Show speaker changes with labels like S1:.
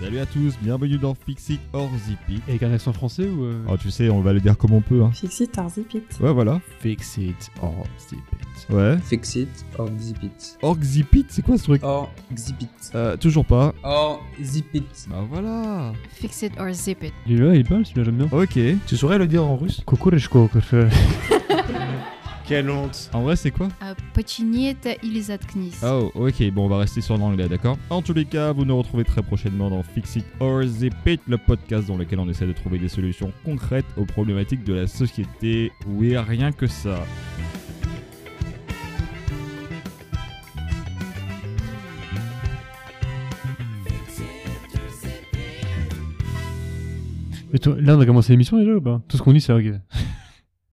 S1: Salut à tous, bienvenue dans Fixit or Zippy.
S2: Avec un accent français ou. euh,
S1: Oh, tu sais, on va le dire comme on peut. Hein.
S3: Fixit Tarzipit.
S1: Ouais, voilà.
S2: Fix it or zip it.
S1: Ouais.
S4: Fix it or zip it.
S1: Org Zippit, c'est quoi ce truc
S4: Or zip it.
S1: Euh, Toujours pas.
S4: Or zip it.
S1: Bah voilà.
S5: Fix it or zip it.
S2: Il est là, il parle, celui-là, j'aime bien.
S1: Ok.
S6: Tu saurais le dire en russe
S2: Kukureshko,
S6: Quelle honte
S1: En vrai, c'est quoi
S5: Euh, Почини это или заткнись.
S1: Oh, ok, bon, on va rester sur l'anglais, d'accord En tous les cas, vous nous retrouvez très prochainement dans Fix It or Zip It, le podcast dans lequel on essaie de trouver des solutions concrètes aux problématiques de la société. Oui, rien que ça.
S2: Mais toi, là, on a commencé l'émission déjà ou pas Tout ce qu'on dit, c'est ok.